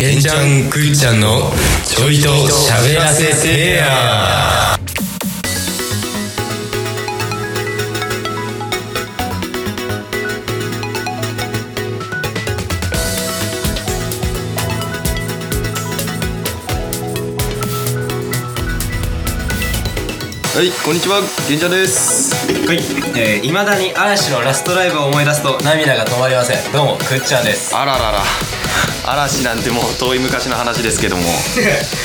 げんちゃんくっちゃんのちょいと喋らせてやはい、こんにちは、げんちゃんです。はい、えー、未だに嵐のラストライブを思い出すと涙が止まりませんどうもくっちゃんですあららら。嵐なんてもう遠い昔の話ですけども、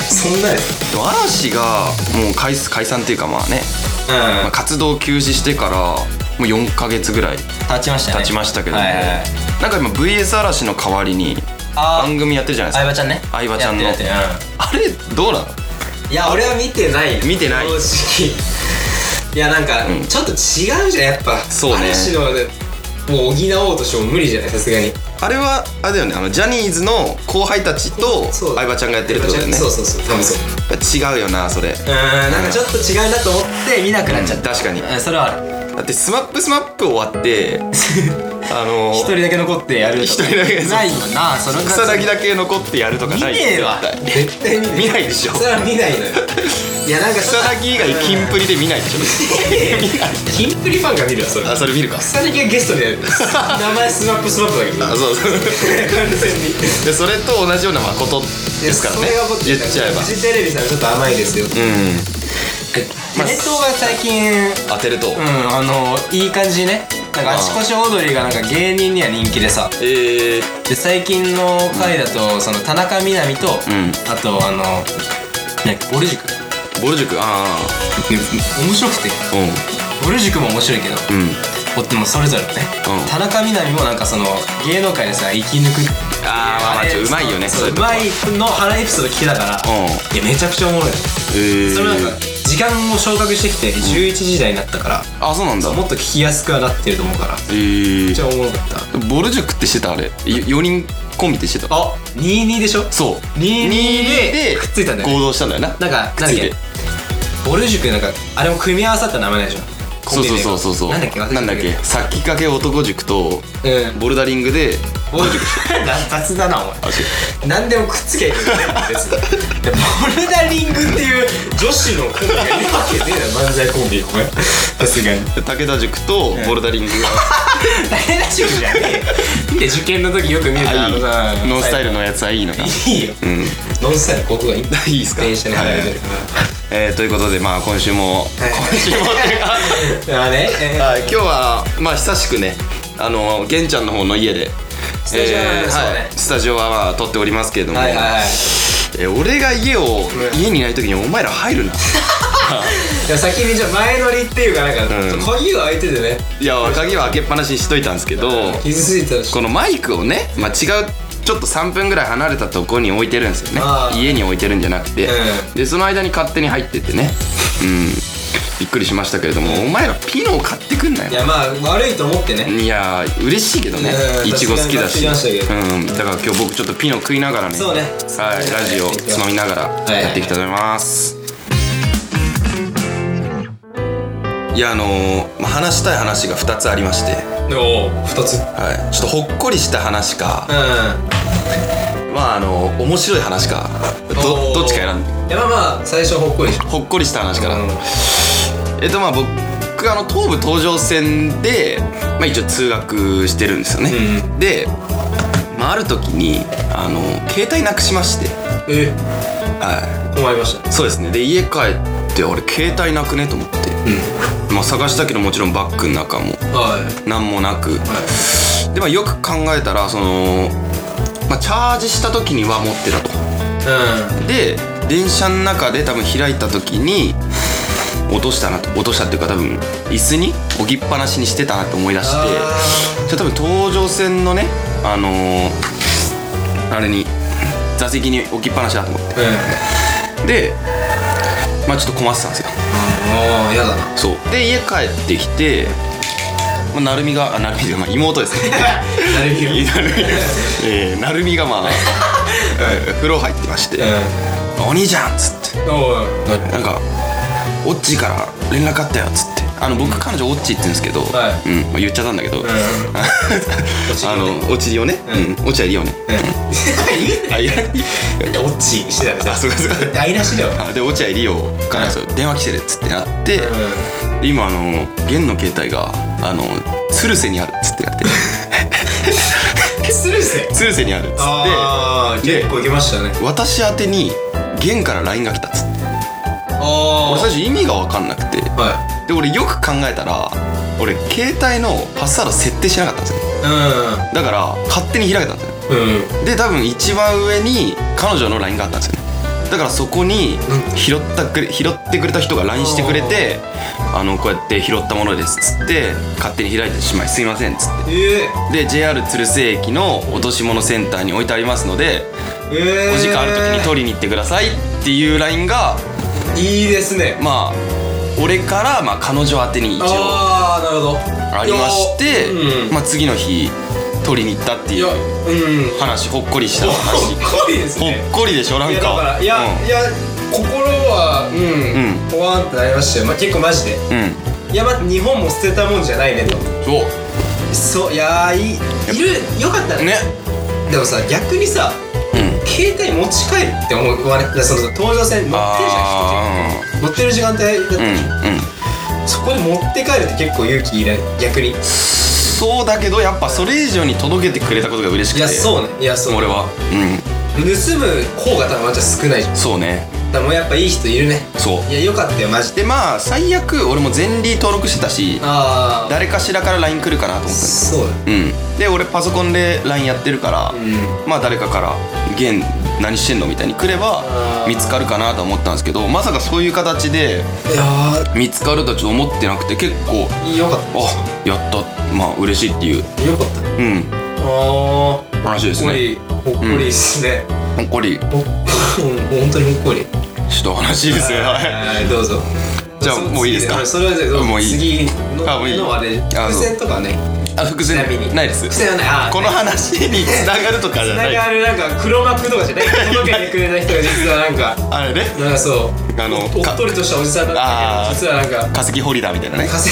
そんなですでも嵐がもう解解散っていうかまあね、うんまあ活動休止してからもう4ヶ月ぐらい立ちましたね経ちましたけども、はいはいはいなんか今 VS 嵐の代わりにあ番ー組やってるじゃない相で葉ちゃんね相葉ちゃんのやってるやってるすか。あれどうなの？うんいや俺は見てない見てない正直いやなんか、うんちょっと違うじゃんやっぱそうね嵐のねもう補おうとしても無理じゃないさすがにあれはあれだよね、あのジャニーズの後輩たちとそう相葉ちゃんがやってるってことだよね。そうそうそう多分そうう違うよなそれ。ーんなんかちょっと違うなと思って見なくなっちゃった、確かに。うん、それはあるだってスマップスマップ終 わって、あの一人だけ残ってやるとか一人だけないよなその感じ草薙だけ残ってやるとか見ないねえわ絶対見ねえ見ないでしょそれは見ないのよいやなんか草薙以外キンプリで見ないでしょ キンプリファンが見るわそれあそれ見るか草薙がゲストでやる名前スマップスマップだけどあそうそう完全にでそれと同じようなことですからねそれが僕言っちゃえばフジテレビさんちょっと甘いですようんテレ東が最近当てると、うんあのいい感じにねなんかあちこちオードリーがなんか芸人には人気でさえー、で最近の回だとその田中みな実と、んあとあのなんかボル塾ぼる塾あ面白くてあうんボル塾も面白いけどうんおってもそれぞれね、うん田中みな実もなんかその芸能界でさ生き抜くあーまあまあちょうまいよねそうそういううとこまいの花エピソード聞けたから、うんいやめちゃくちゃおもろい、えー、それなんか時間を昇格してきて11時台になったから、あそうなんだもっと聞きやすくはなってると思うからめっえーちゃおもろかったぼる塾ってしてたあれ4人コンビってしてたあ22でしょそう22ででくっついたんだよね合同したんだよななんかくっなつんいだってけぼる塾なんかあれも組み合わさった名前でしょコそンうビそ名うがそうそうそうなんだっけ忘れちゃなんだっけさっきかけ男塾とうんボルダリングでぼる 塾雑だなお前あ違う何でもくっつけばいいんだよ別にでボルダリングっていう女子のコンビがいるわけねえな漫才コンビごめんさすがにで武田塾とボルダリング誰だしじゃねえよで受験の時よく見るがあのさあいいノンスタイルのやつはいいのかいいようんノンスタイルここがいいんだいいっすか電車に入られてるえーということでまあ今週もはい今週もっていうか あねえーはい今日はまあ久しくねあの玄ちゃんの方の家でスタジオなんえーですよねはいスタジオはまあ撮っておりますけれどもはいはいはいえー俺が家をうん家にいない時にお前ら入るないや先にじゃあ前乗りっていうかなんかうんちょっと鍵が開いててねいや鍵は開けっぱなしにしといたんですけど傷ついてたしこのマイクをね、まあ、違うちょっと3分ぐらい離れたとこに置いてるんですよねあー家に置いてるんじゃなくて、うんでその間に勝手に入ってってねうんびっくりしましたけれどもお前らピノを買ってくんないよやまあ悪いと思ってねいやー嬉しいけどねうんいちご好きだし確かに買ってきまうん、だから今日僕ちょっとピノ食いながらねそうねはい、ラジオつまみながらやっていきたいと思います、いやあのーまあ話したい話が2つありまして、おお2つうんはい、ちょっとほっこりした話か、まああの面白い話かおどーどっちか選んでいやまあまあ最初ほっこりしほっこりした話から、うんえっとまあ僕あの東武東上線で、まあ、一応通学してるんですよね、うで、まあ、ある時にあの携帯なくしましてえは困りましたいそうですねで家帰って俺携帯なくねと思って、まあ、探したけどもちろんバッグの中もはい何もなく、はで、まあ、よく考えたらその、まあ、チャージした時には持ってたと。いで電車の中で多分開いた時に落としたなと落としたっていうか多分椅子に置きっぱなしにしてたなと思い出してあじゃあ多分東上線のねあのー、あれに座席に置きっぱなしだと思ってうんうんでまあちょっと困ってたんですよもうやだなそうで家帰ってきて、まあ、なるみがあなるみが、まあ、妹ですねなるいいなるみが、えー、なるみがまあえー風呂入ってまして「お兄ちゃん」っつってうんおうなんか「オッチーから連絡あったよ」っつってあの僕彼女オッチって言うんですけど、はいうん まあ言っちゃったんだけど、んあのオチリオね、うん、オチはリオね、あいやオッチしてたらさあそうかそうか 台無しだよあで落合リオからそう電話来てるっつってなって、今あの源の携帯があの鶴瀬にあるっつってな ってするぜ鶴瀬にあるっつっああで結構いけましたねて私宛てに源から LINE が来たっつってあ俺最初意味が分かんなくてはで俺よく考えたら俺携帯のパスワード設定しなかったんですよいだから勝手に開けたんですようんうんで多分一番上に彼女の LINE があったんですよねだからそこにう拾ったくれ拾ってくれた人が LINE してくれて「あのこうやって拾ったものです」っつって勝手に開いてしまい「すいません」っつってえで JR 鶴瀬駅の落とし物センターに置いてありますのでー、えー、お時間ある時に取りに行ってくださいっていう LINE がいいですねまあ俺からまあ彼女宛てに一応ああなるほどありましていやうんまあ次の日取りに行ったっていいやううん話ほっこりし た話かっこいいですほっねこりでしょないんやだからかいや、いや心はうん、うんポワンってなりましたよ、まあ、結構マジでうんうんいやまあ日本も捨てたもんじゃないねとそうそういやーいいいるよかったねねでもさ逆にさうん携帯持ち帰るって思われその東上線乗ってるじゃんあ人乗ってる時間帯だったーうんでしょ、うんそこで持って帰るって結構勇気いらない逆にいそうだけどやっぱそれ以上に届けてくれたことが嬉しくてやそうねいやそう俺はうん盗む方が多分また少ないじゃんそうねだからもうやっぱいい人いるねそういやよかったよマジででまあ最悪俺も全リー登録してたしああ誰かしらから LINE 来るかなと思ったんですそうだうんで俺パソコンで LINE やってるから、うまあ誰かから「現何してんの?」みたいに来ればあー見つかるかなと思ったんですけどまさかそういう形でいや見つかるとはちょっと思ってなくて結構ーよかったあやったまあ嬉しいっていうよかったうんああ話ですほっこねりほっこりですね、ほっこりほっほ本当にほっこりした話ですねはいはいどうぞじゃあもういいですかそれはじゃあどうぞもういい次のあもういいのあれあ伏線とかねあ伏線ちなみにないです伏線はねあこの話につながるとかじゃつなないがるなんか黒幕とか じゃない届けてくれた人が実はなんかあれねなんかそうあのおおっとりとしたおじさんだったけど実はなんか化石掘りだみたいなね火星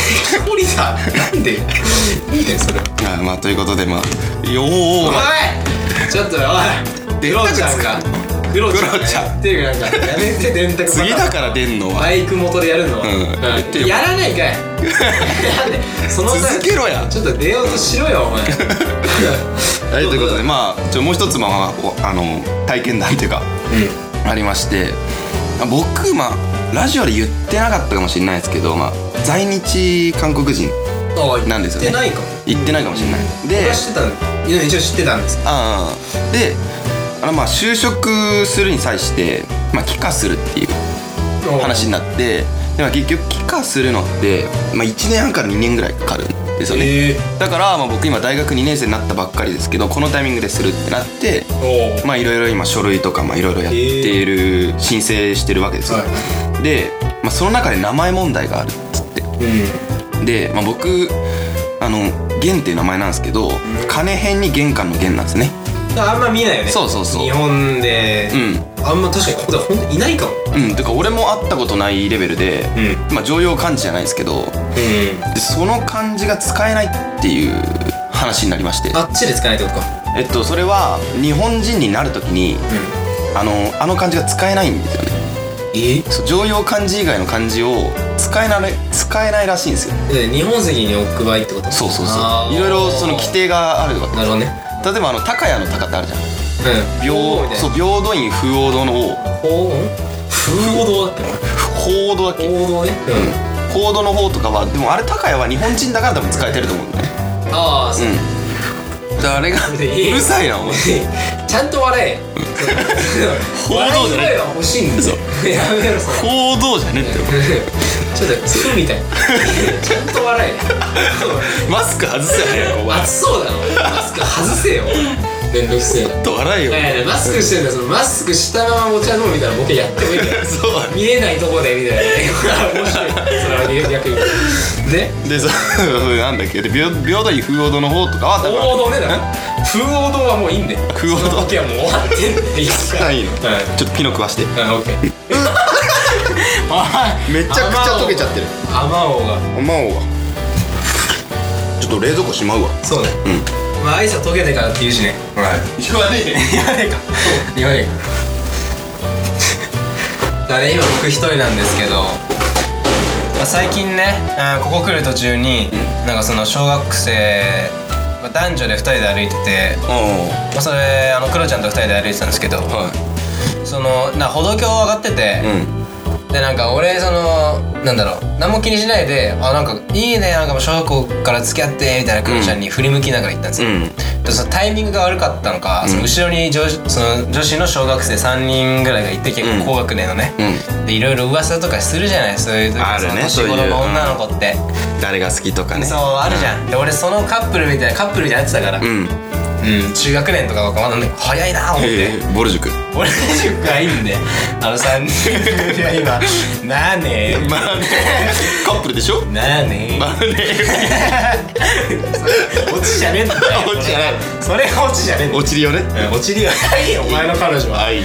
掘りだなんでいいねそれあまあということでまあよおーいちょっとおい電ク卓ロ使うちゃんがクロちゃんがやってるからなんかやめて電卓次だから出んのはバイク元でやるのは、うん言ってよやらないか いなんでその際続けろやちょっと出ようとしろよお前はいということでまあちょもう一つまあおあの体験談というかうありましてあ僕まあラジオで言ってなかったかもしれないですけどまあ在日韓国人んあなんですよ言ってねないかも言ってないかもしれない俺では知ってたのいや一応知ってたんですああであのまあ就職するに際して、まあ、帰化するっていう話になってで、まあ、結局帰化するのって、まあ、1年半から2年ぐらいかかるんですよね、えだから、まあ、僕今大学2年生になったばっかりですけどこのタイミングでするってなっておおまあいろいろ今書類とかまあいろいろやっている、申請してるわけですよ、はで、まあ、その中で名前問題があるっつってうんで、まあ、僕あの玄っていう名前なんですけど金編に玄関の玄なんですねあんま見ないよねそうそうそう日本で、うんあんま確かにここでほんといないかもうん、てか俺も会ったことないレベルで、うんうんまあ常用漢字じゃないですけどでその漢字が使えないっていう話になりましてあっちで使わないってことかえっとそれは日本人になるときにうんあのあの漢字が使えないんですよねえそう常用漢字以外の漢字を使えない使えないらしいんですよで日本籍に置く場合ってことそうそうあそうーいろいろその規定があるわなるほどねけ例えばあの高屋の高ってあるじゃんうんおーみたい平なそう平等院風王堂の王おお風堂だっけ鳳凰堂だっけ王道ねうん鳳凰堂の方とかはでもあれ高屋は日本人だから多分使えてると思うんだよねああそううん。あれがういいるさいなお前。 ちゃんと笑え 報道じゃない笑い声は欲しいんだそうよやめろ それ報道じゃねえってよ。ちょっとすみたい ちゃんと笑えマスク外せよお前。暑そうだろマスク外せよめんどくせえなちょっと笑いよ。いやいやマスクしてるんだそのマスクしたままお茶飲むみたいなボケやってもいいん だよそうだね。見えないとこでみたいな面白いそれは逆にででそうなんだっけで平平等院風王堂の方とかは風多王道ねだから風王道はもういいんだよ風王道そのボケはもう終わってんだよいいか分。ないの。うちょっとピノ食わして。んあオッケーめちゃくちゃ溶けちゃってるあまおうがまおうはちょっと冷蔵庫しまうわそうねうんまあアイスは溶けてからって言うしねはい言わねえ言わねえか言わねえかだね今僕一人なんですけど、まあ、最近ねあーここ来る途中に、なんかその小学生まあ男女で二人で歩いてて、あまあ、それあのクロちゃんと二人で歩いてたんですけど、あはいそのな歩道橋を上がってて、うんでなんか俺そのなんだろう何も気にしないであなんかいいねなんかもう小学校から付き合ってみたいなクロちゃんに振り向きながら言ったんですよ、うんでそのタイミングが悪かったのか、その後ろに女子その女子の小学生3人ぐらいがいて結うん構高学年のね、うでいろいろ噂とかするじゃないそういう時あるねその年そうい頃うの女の子ってん誰が好きとかねそうあるじゃん、で俺そのカップルみたいなカップルみたいになやつだから、うんうん中学年とかはまだね早いな思って、ええボル塾俺の塾がいいんであの3人組は今なあねまあねカップルでしょなあねまあね落ちじゃねえんだよ落ちじゃないそれが落ちじゃねえんだよ落ちるよねうん落ちりはないよお前の彼女ははい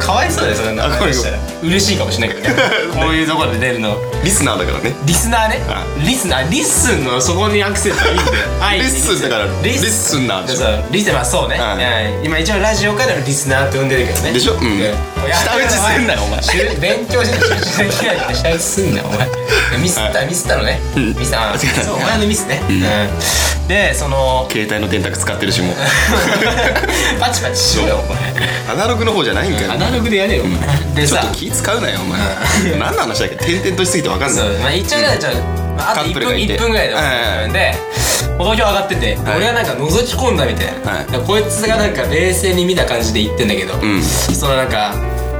かわいそうだよそれ名前出したら嬉しいかもしれないけどねこういうところで出るのリスナーだからねリスナーねあリスナーリッスンのそこにアクセントいいんだよはいリッスンだからリリッッスンスンナーでしょそうリスナーそうね、んはい今一応ラジオからのリスナーって呼んでるけどねでしょうん舌打ちすんなよお前しゅ勉強して集中できないって舌打ちすんなよお前ミスったミスったのねうんミスったあ間違いないそうお前のミスねうんでその携帯の電卓使ってるしもう パチパチしろよお前 アナログの方じゃないんかよアナログでやれよお前でちょっさと気使うなよお前 何の話だっけ点々としすぎて分かんそないうまあ一応ねちょっとまああとカッ1プルが分いて一分ぐらいではいはいはいで歩道橋上がっててはい俺はなんか覗き込んだみたいはいなこいつがなんか冷静に見た感じで言ってんだけどんそのなんか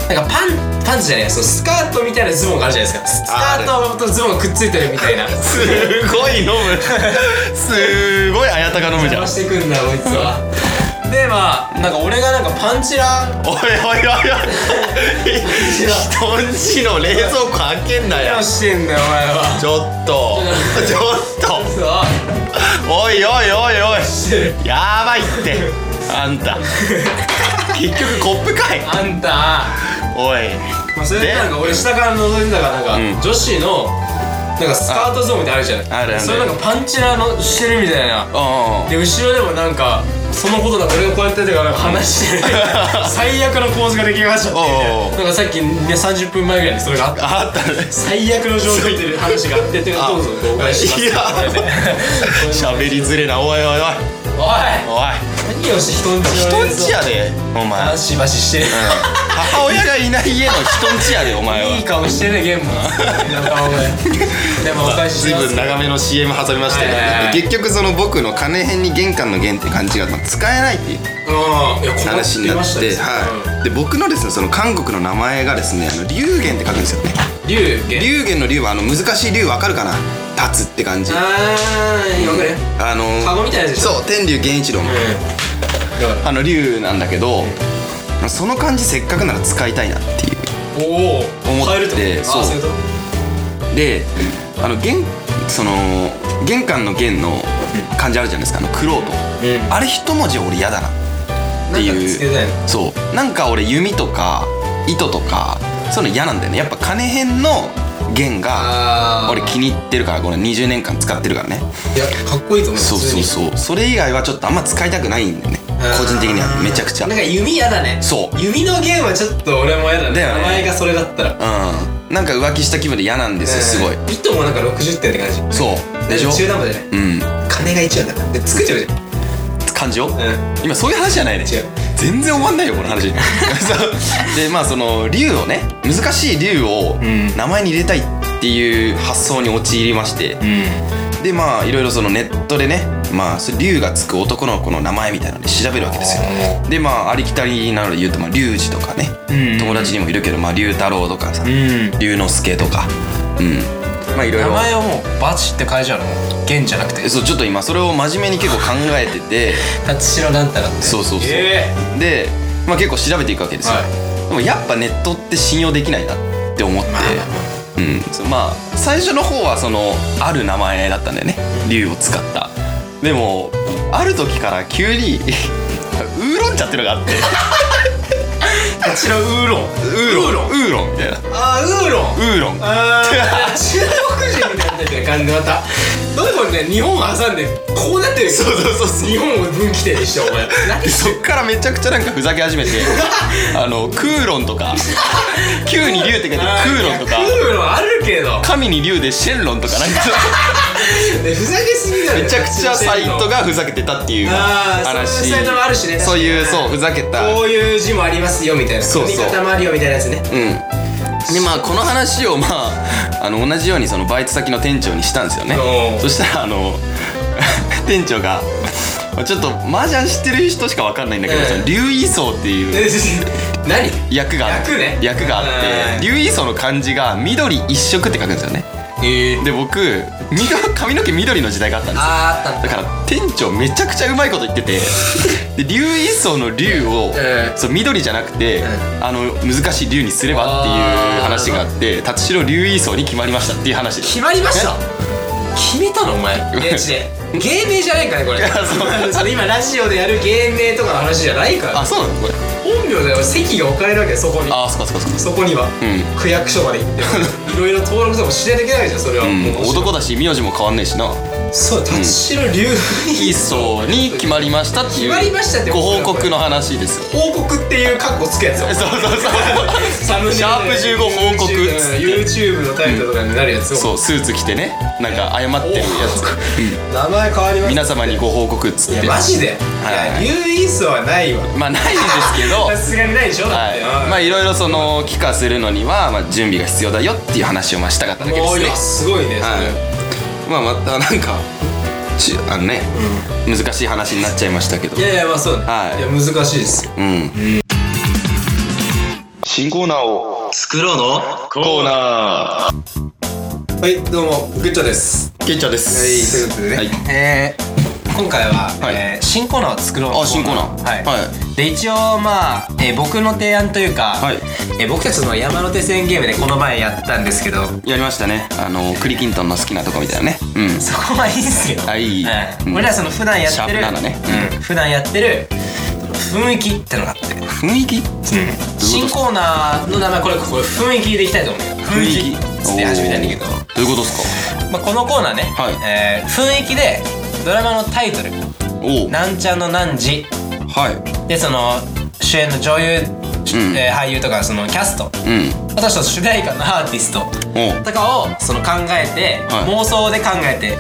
なんかパンパンツじゃないそのスカートみたいなズボンがあるじゃないですかスカあートとズボンがくっついてるみたいな邪すごい飲 むすごい綾鷹飲むじゃ魔んおいしてくんだこいつはでまあなんか俺がなんかパンチラおいおいおい人んちの冷蔵庫開けんなよをしてんだよお前はちょっとちょっとそうおいおいおいおいやばいってあんた結局コップかいあんたおいまあ、それでなんか俺下から覗いてたからなんか、うん女子のなんかスカートゾーンみたいなのあるじゃないああるあるそれなんかパンチラのしてるみたいなあで後ろでもなんかそのことだ俺がこうやっててからなんか話してる 最悪の構図が出来上がっちゃっておうおうなんかさっき、ね、30分前ぐらいにそれがあったああったね最悪の状況っていう話があっててかあどうぞお返ししいやますみたいな喋りづれなおいおいおいおおいい何をして人んちの人ん映像ちやでお前バシバシしてる、母親がいない家の人んちやでお前いいは顔してるゲ ームなんかお前でもお返しし随ます分長めの CM 挟みましたけどはいはいはい結局その僕の金編に玄関の玄って感じが使えないっていううんいや困ってま話しになってたねはいで僕のですねその韓国の名前がですねあの龍玄って書くんですよねうん龍玄龍玄の龍はあの難しい龍わかるかな立つって感じあーよくねあのー籠みたいなやつでしょそう天龍源一郎のうんだかあの龍なんだけどその感じせっかくなら使いたいなっていうらおお思って変えるってことそうあそういうこであの玄その玄関の玄の漢字あるじゃないですかあのクローうんあれ一文字俺嫌だなってなんかつけいたいうそうなんか俺弓とか糸とかそういうの嫌なんだよねやっぱ金編の弦あがー俺気に入ってるからこれ20年間使ってるからねといやかっこいいと思うそうそううそうそれ以外はちょっとあんま使いたくないんだよね個人的にはめちゃくちゃなんか弓嫌だねそう弓の弦はちょっと俺も嫌だねだよね名前がそれだったらうんなんか浮気した気分で嫌なんですよすごいい糸もなんか60点って感じそうでしょ中段までねうん金が1円だからで作っちゃうじゃん感じをうん今そういう話じゃないね違う全然終わんないよこの 話そうでまあその竜をね難しい竜をん名前に入れたいっていう発想に陥りまして、でまあいろいろそのネットでねまあそれ竜がつく男の子の名前みたいなので調べるわけですよでまあありきたりなので言うとまあ龍二とかね、うん友達にもいるけどまあ龍太郎とかさ、ん龍之介とかうんまあいろい名ろ前をもうバチって変えちゃうのもう弦じゃなくてそうちょっと今それを真面目に結構考え てて辰代なんたらってそうそうそう、えで、まあ、結構調べていくわけですよ、はでもやっぱネットって信用できないなって思って、まあまあまうんそうまあ最初の方はそのある名前だったんだよね竜を使ったでも ある時から急にウーロン茶っていうのがあってこちらウーロンウーロンウーロンみたいなあーウーロンウーロンあー中国人みたいになってる感じでまたどんどんね日本を挟んでこうなってるそうそうそうそう日本を分岐点にしてお前何でそっからめちゃくちゃなんかふざけ始 めてあのクーロンとか「Q に竜」って書いてクあーロンとかいやクーロンある けど「神に竜」でシェンロンとかなんかねふざけすぎだよめちゃくちゃサイトがふざけてたっていうあー話そういうサイトもあるしねそういう確かにそうふざけたこういう字もありますよみたいなそうそう見方もあるよみたいなやつねうんでまあこの話をまあ あの同じようにそのバイト先の店長にしたんですよねおーそしたらあの 店長がまあちょっと麻雀知ってる人しかわかんないんだけど、うんその劉義荘っていうえ 何役があって役ねがあうっんて劉義荘の漢字が緑一色って書くんですよねえー、で僕緑髪の毛緑の時代があったんですよあーあっだから店長めちゃくちゃうまいこと言っててで竜一層の竜を、ええそう緑じゃなくて、えあの難しい竜にすればっていう話があって辰代竜一層に決まりましたっていう話で決すまりました決めたのお 前んえ違う芸名じゃないからねこれやそうそれ 今ラジオでやる芸名とかの話じゃないからあそうなのこれ本名では席が置かれるわけそこにああそっかそっかそっかそこには、ん区役所まで行って いろいろ登録とかもしないといけないじゃんそれは、うんも男だし名字も変わんねえしなそう立ち代龍一層に決まりましたってい決うまりましたってご報告の話ですよ報告っていうカッコつくやつよ そうそうそうサムネイルでシャープ15報告 YouTube のタイトルとかになるやつを、そうスーツ着てねなんか謝ってるやつうん名前変わります皆様にご報告っついっやてマジで、はいはいいや入院層はないわまあないんですけどさすがにないでしょだっはて、い、まあいろいろその帰化するのには、まあ、準備が必要だよっていう話をまあしたかっただけでもうすいねやすごいねそれ、はい、まあまたなんかちあのね、難しい話になっちゃいましたけどい、やいやまあそうね、はいいや難しいですようん新コーナーを作ろうのコーナーはいどうもグッチョですけんちゃんではいすということでね、はいえー今回は、はいえー新コーナーを作ろうのあ新コーナーはい、はで一応まあ、えー僕の提案というか、はいえー僕たちの山手線ゲームでこの前やったんですけどやりましたねあの栗きんとんの好きなとこみたいなねうんそこはいいんすよ。はいうんうん俺らその普段やってシャーるプなのねうん普段やってる雰囲気ってのがあって、雰囲気新コーナーの名前これこれ雰囲気でいきたいと思うよ。雰囲気つって始めたんだけどお、ーどういうことですまあこのコーナーね、はいえー雰囲気でドラマのタイトルかおおなんちゃんの何時はいでその主演の女優、うんえー俳優とかそのキャスト、うん私たち主題歌のアーティスト。おうとかをその考えて、はい妄想で考えてで、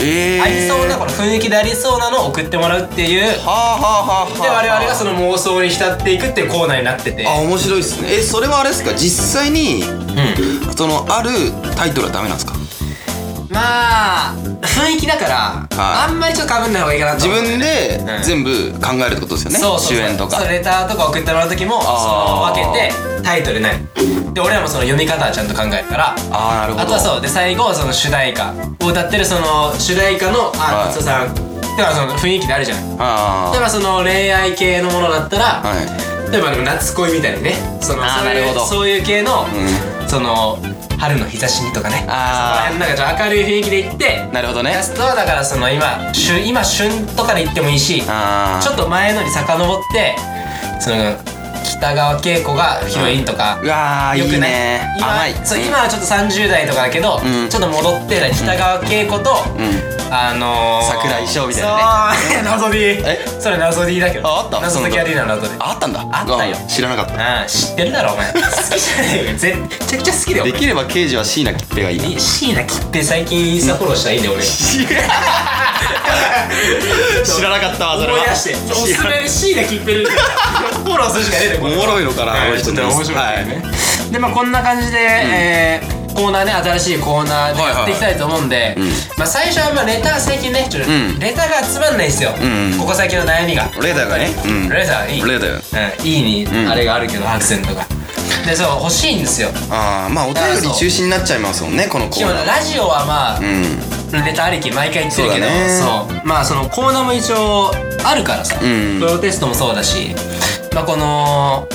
えーありそうなこの雰囲気でありそうなのを送ってもらうっていうではあはあはあはあ我々がその妄想に浸っていくっていうコーナーになっててあ面白いっすねえそれはあれですか実際にうんそのあるタイトルはダメなんですかまあ雰囲気だから、あんまりちょっと被んない方がいいかなと自思う分でうん全部考えるってことですよね、そうそうそう主演とかそうレターとか送ってもらう時もそのあー分けてタイトルないで俺らもその読み方はちゃんと考えるからああなるほどあとはそうで最後はその主題歌を歌ってるその主題歌のアーティストさん、ではその雰囲気であるじゃんあ例えばその恋愛系のものだったら、あはい例えばでも夏恋みたいにねそのあーそうなるいほうどそういう系の、うその春の日差しにとかねあーその辺なんかちょっと明るい雰囲気で行ってなるほどねラストはだからその今旬今旬とかで行ってもいいしちああょっと前のに遡ってその北川景子がヒロインとか、うわーよくいいね今甘いそううん今はちょっと30代とかだけど、うんちょっと戻って北川景子と、うあのー、桜井翔みたいなねそう 謎 D えそれ謎 D だけどああった謎そんな解のきアリーナの謎 D ああったんだあったようん知らなかったああ知ってるだろお前好きじゃないよ めちゃくちゃ好きだよできれば刑事は椎名桔平がいいな俺椎名桔平最近インスタフォローしたらいいんだよ俺知らなかったわそれは思い出しておすすめで椎名桔平で フォローするしかねえでおもろいのかなこの人ちょっと面白いねでまあこんな感じで、えーコーナーね新しいコーナーでやっていきたいと思うんで、うんまあ最初はまあレター最近ねちょっとうんレターが集まんないんですよ、んうんここ最近の悩みがレーダーがねうんレターいいレーダーうん、いいに、んあれがあるけどアクセントがでそう欲しいんですよああまあお便り中心になっちゃいますもんねこのコー今ナーラジオはまあ、うんネタありき毎回言ってるけどそうだねそうまあそのコーナーも一応あるからさ、うんプロテストもそうだしまあこの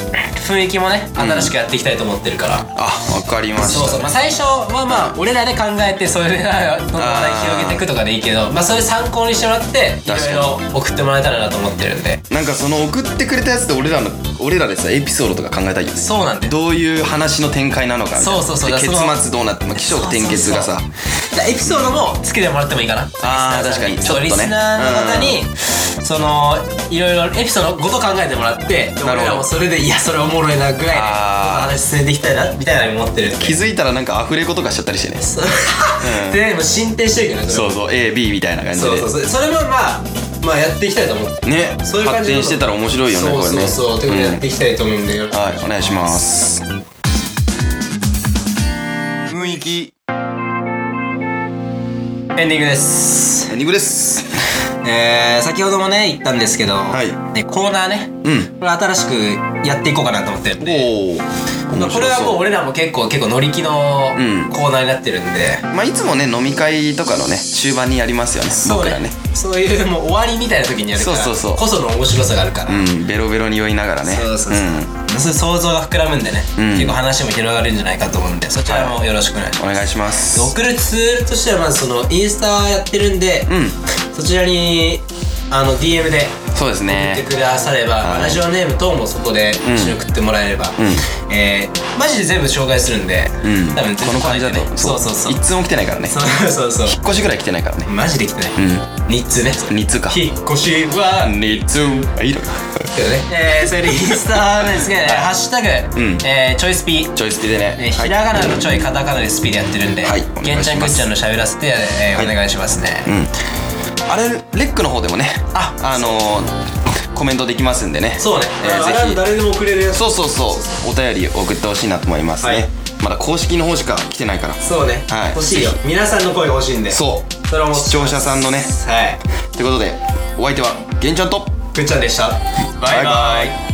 雰囲気もね新しくやっていきたいと思ってるから、あわかりましたそうそう、まあ、最初はまあ俺らで考えてそれらの話題広げていくとかでいいけどまあそれ参考にしてもらってい確かにろいろ送ってもらえたらなと思ってるんでなんかその送ってくれたやつで俺らの俺らでさエピソードとか考えたいよねそうなんだよどういう話の展開なのかみたいなそうそうそうでだからその結末どうなってまあ起承転結がさそうそうそうだからエピソードもつけてもらってもいいかなあリスナーさんー確かにそうリちょっとねスナーの方にそのいろいろエピソードごと考えてもらってでなるほど俺らもそれでいやそれおもろいなぐらいであ話進めていきたいなみたいなのに思ってるんで気づいたらなんかアフレコとかしちゃったりしてねそうでも進展してるけどねそうそう AB みたいな感じでそうそうそうそれもまあまあやっていきたいと思ってねそういう感発じの展してたら面白いよねそうこれねそうそうということでやっていきたいと思うんでよろしうんくはいお願いします雰囲気エンディングですエンディングですえー、先ほどもね言ったんですけど、いね、コーナーねうんこれ新しくやっていこうかなと思ってるんでおおまあこれはもうう俺らも結構結構乗り気のうんコーナーになってるんで、まあいつもね飲み会とかのね終盤にやりますよねそう僕らねねそういうもう終わりみたいな時にやるからそうそうそうこその面白さがあるから、うんベロベロに酔いながらねそうそうそう、んそういう想像が膨らむんでね、うん結構話も広がるんじゃないかと思うんでそちらもよろしくお願いします、お願いします送るツールとしてはまずそのインスタやってるんで、うんそちらにあの DM でそうです送ってねくだされば、はいラジオネーム等もそこでうん一緒に送ってもらえれば、うえーマジで全部紹介するんで、うん多分全部この感じだとそうそうそう一通も来てないからねそうそうそう引っ越しぐらい来てないからねマジできてない、う日通ね二通か引っ越しは二通はいいのかけどねえー、それでインスタなん ですけどねハッシュタグ、うんえーチョイスピチョイスピでねえーひらがなのちょいカタカナでスピでやってるんで、はいおげ願んいちゃしんますぐっちゃんのしゃべらせて、えーはおい願いしますね、うんあれレックの方でもねああのーコメントできますんでねそうね、えーぜひ誰でも送れるやそうそうそうお便り送ってほしいなと思いますね、はいまだ公式の方しか来てないからそうね、はい欲しいよ皆さんの声が欲しいんでそうそれはもう視聴者さんのねはいということでお相手はげんちゃんとぐっちゃんでしたバイバイバイバイ